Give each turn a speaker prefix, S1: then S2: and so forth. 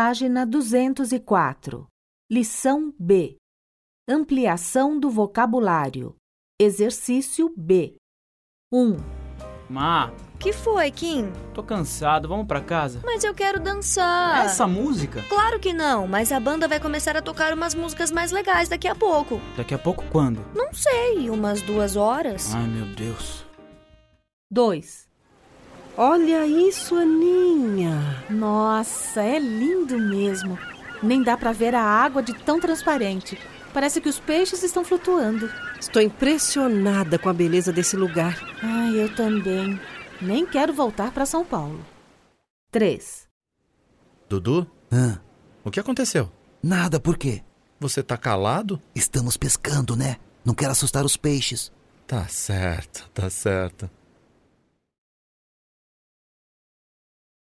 S1: Página 204. Lição B. Ampliação do vocabulário. Exercício B. 1,
S2: Má,
S3: Que foi, Kim?
S2: tô cansado, vamos pra casa?
S3: Mas eu quero dançar.
S2: Essa música?
S3: É Claro que não, mas a banda vai começar a tocar umas músicas mais legais daqui a pouco.
S2: Daqui a pouco quando?
S3: Não sei, umas duas horas?
S2: Ai, meu Deus.
S1: 2,
S4: Olha isso, Aninha.
S1: Nossa, é lindo mesmo. Nem dá pra ver a água de tão transparente. Parece que os peixes estão flutuando.
S4: Estou impressionada com a beleza desse lugar.
S1: Ai, eu também. Nem quero voltar pra São Paulo. 3,
S5: Dudu,
S6: Hã?
S5: o que aconteceu?
S6: Nada, por quê?
S5: Você tá calado?
S6: Estamos pescando, né? Não quero assustar os peixes.
S5: Tá certo, tá certo.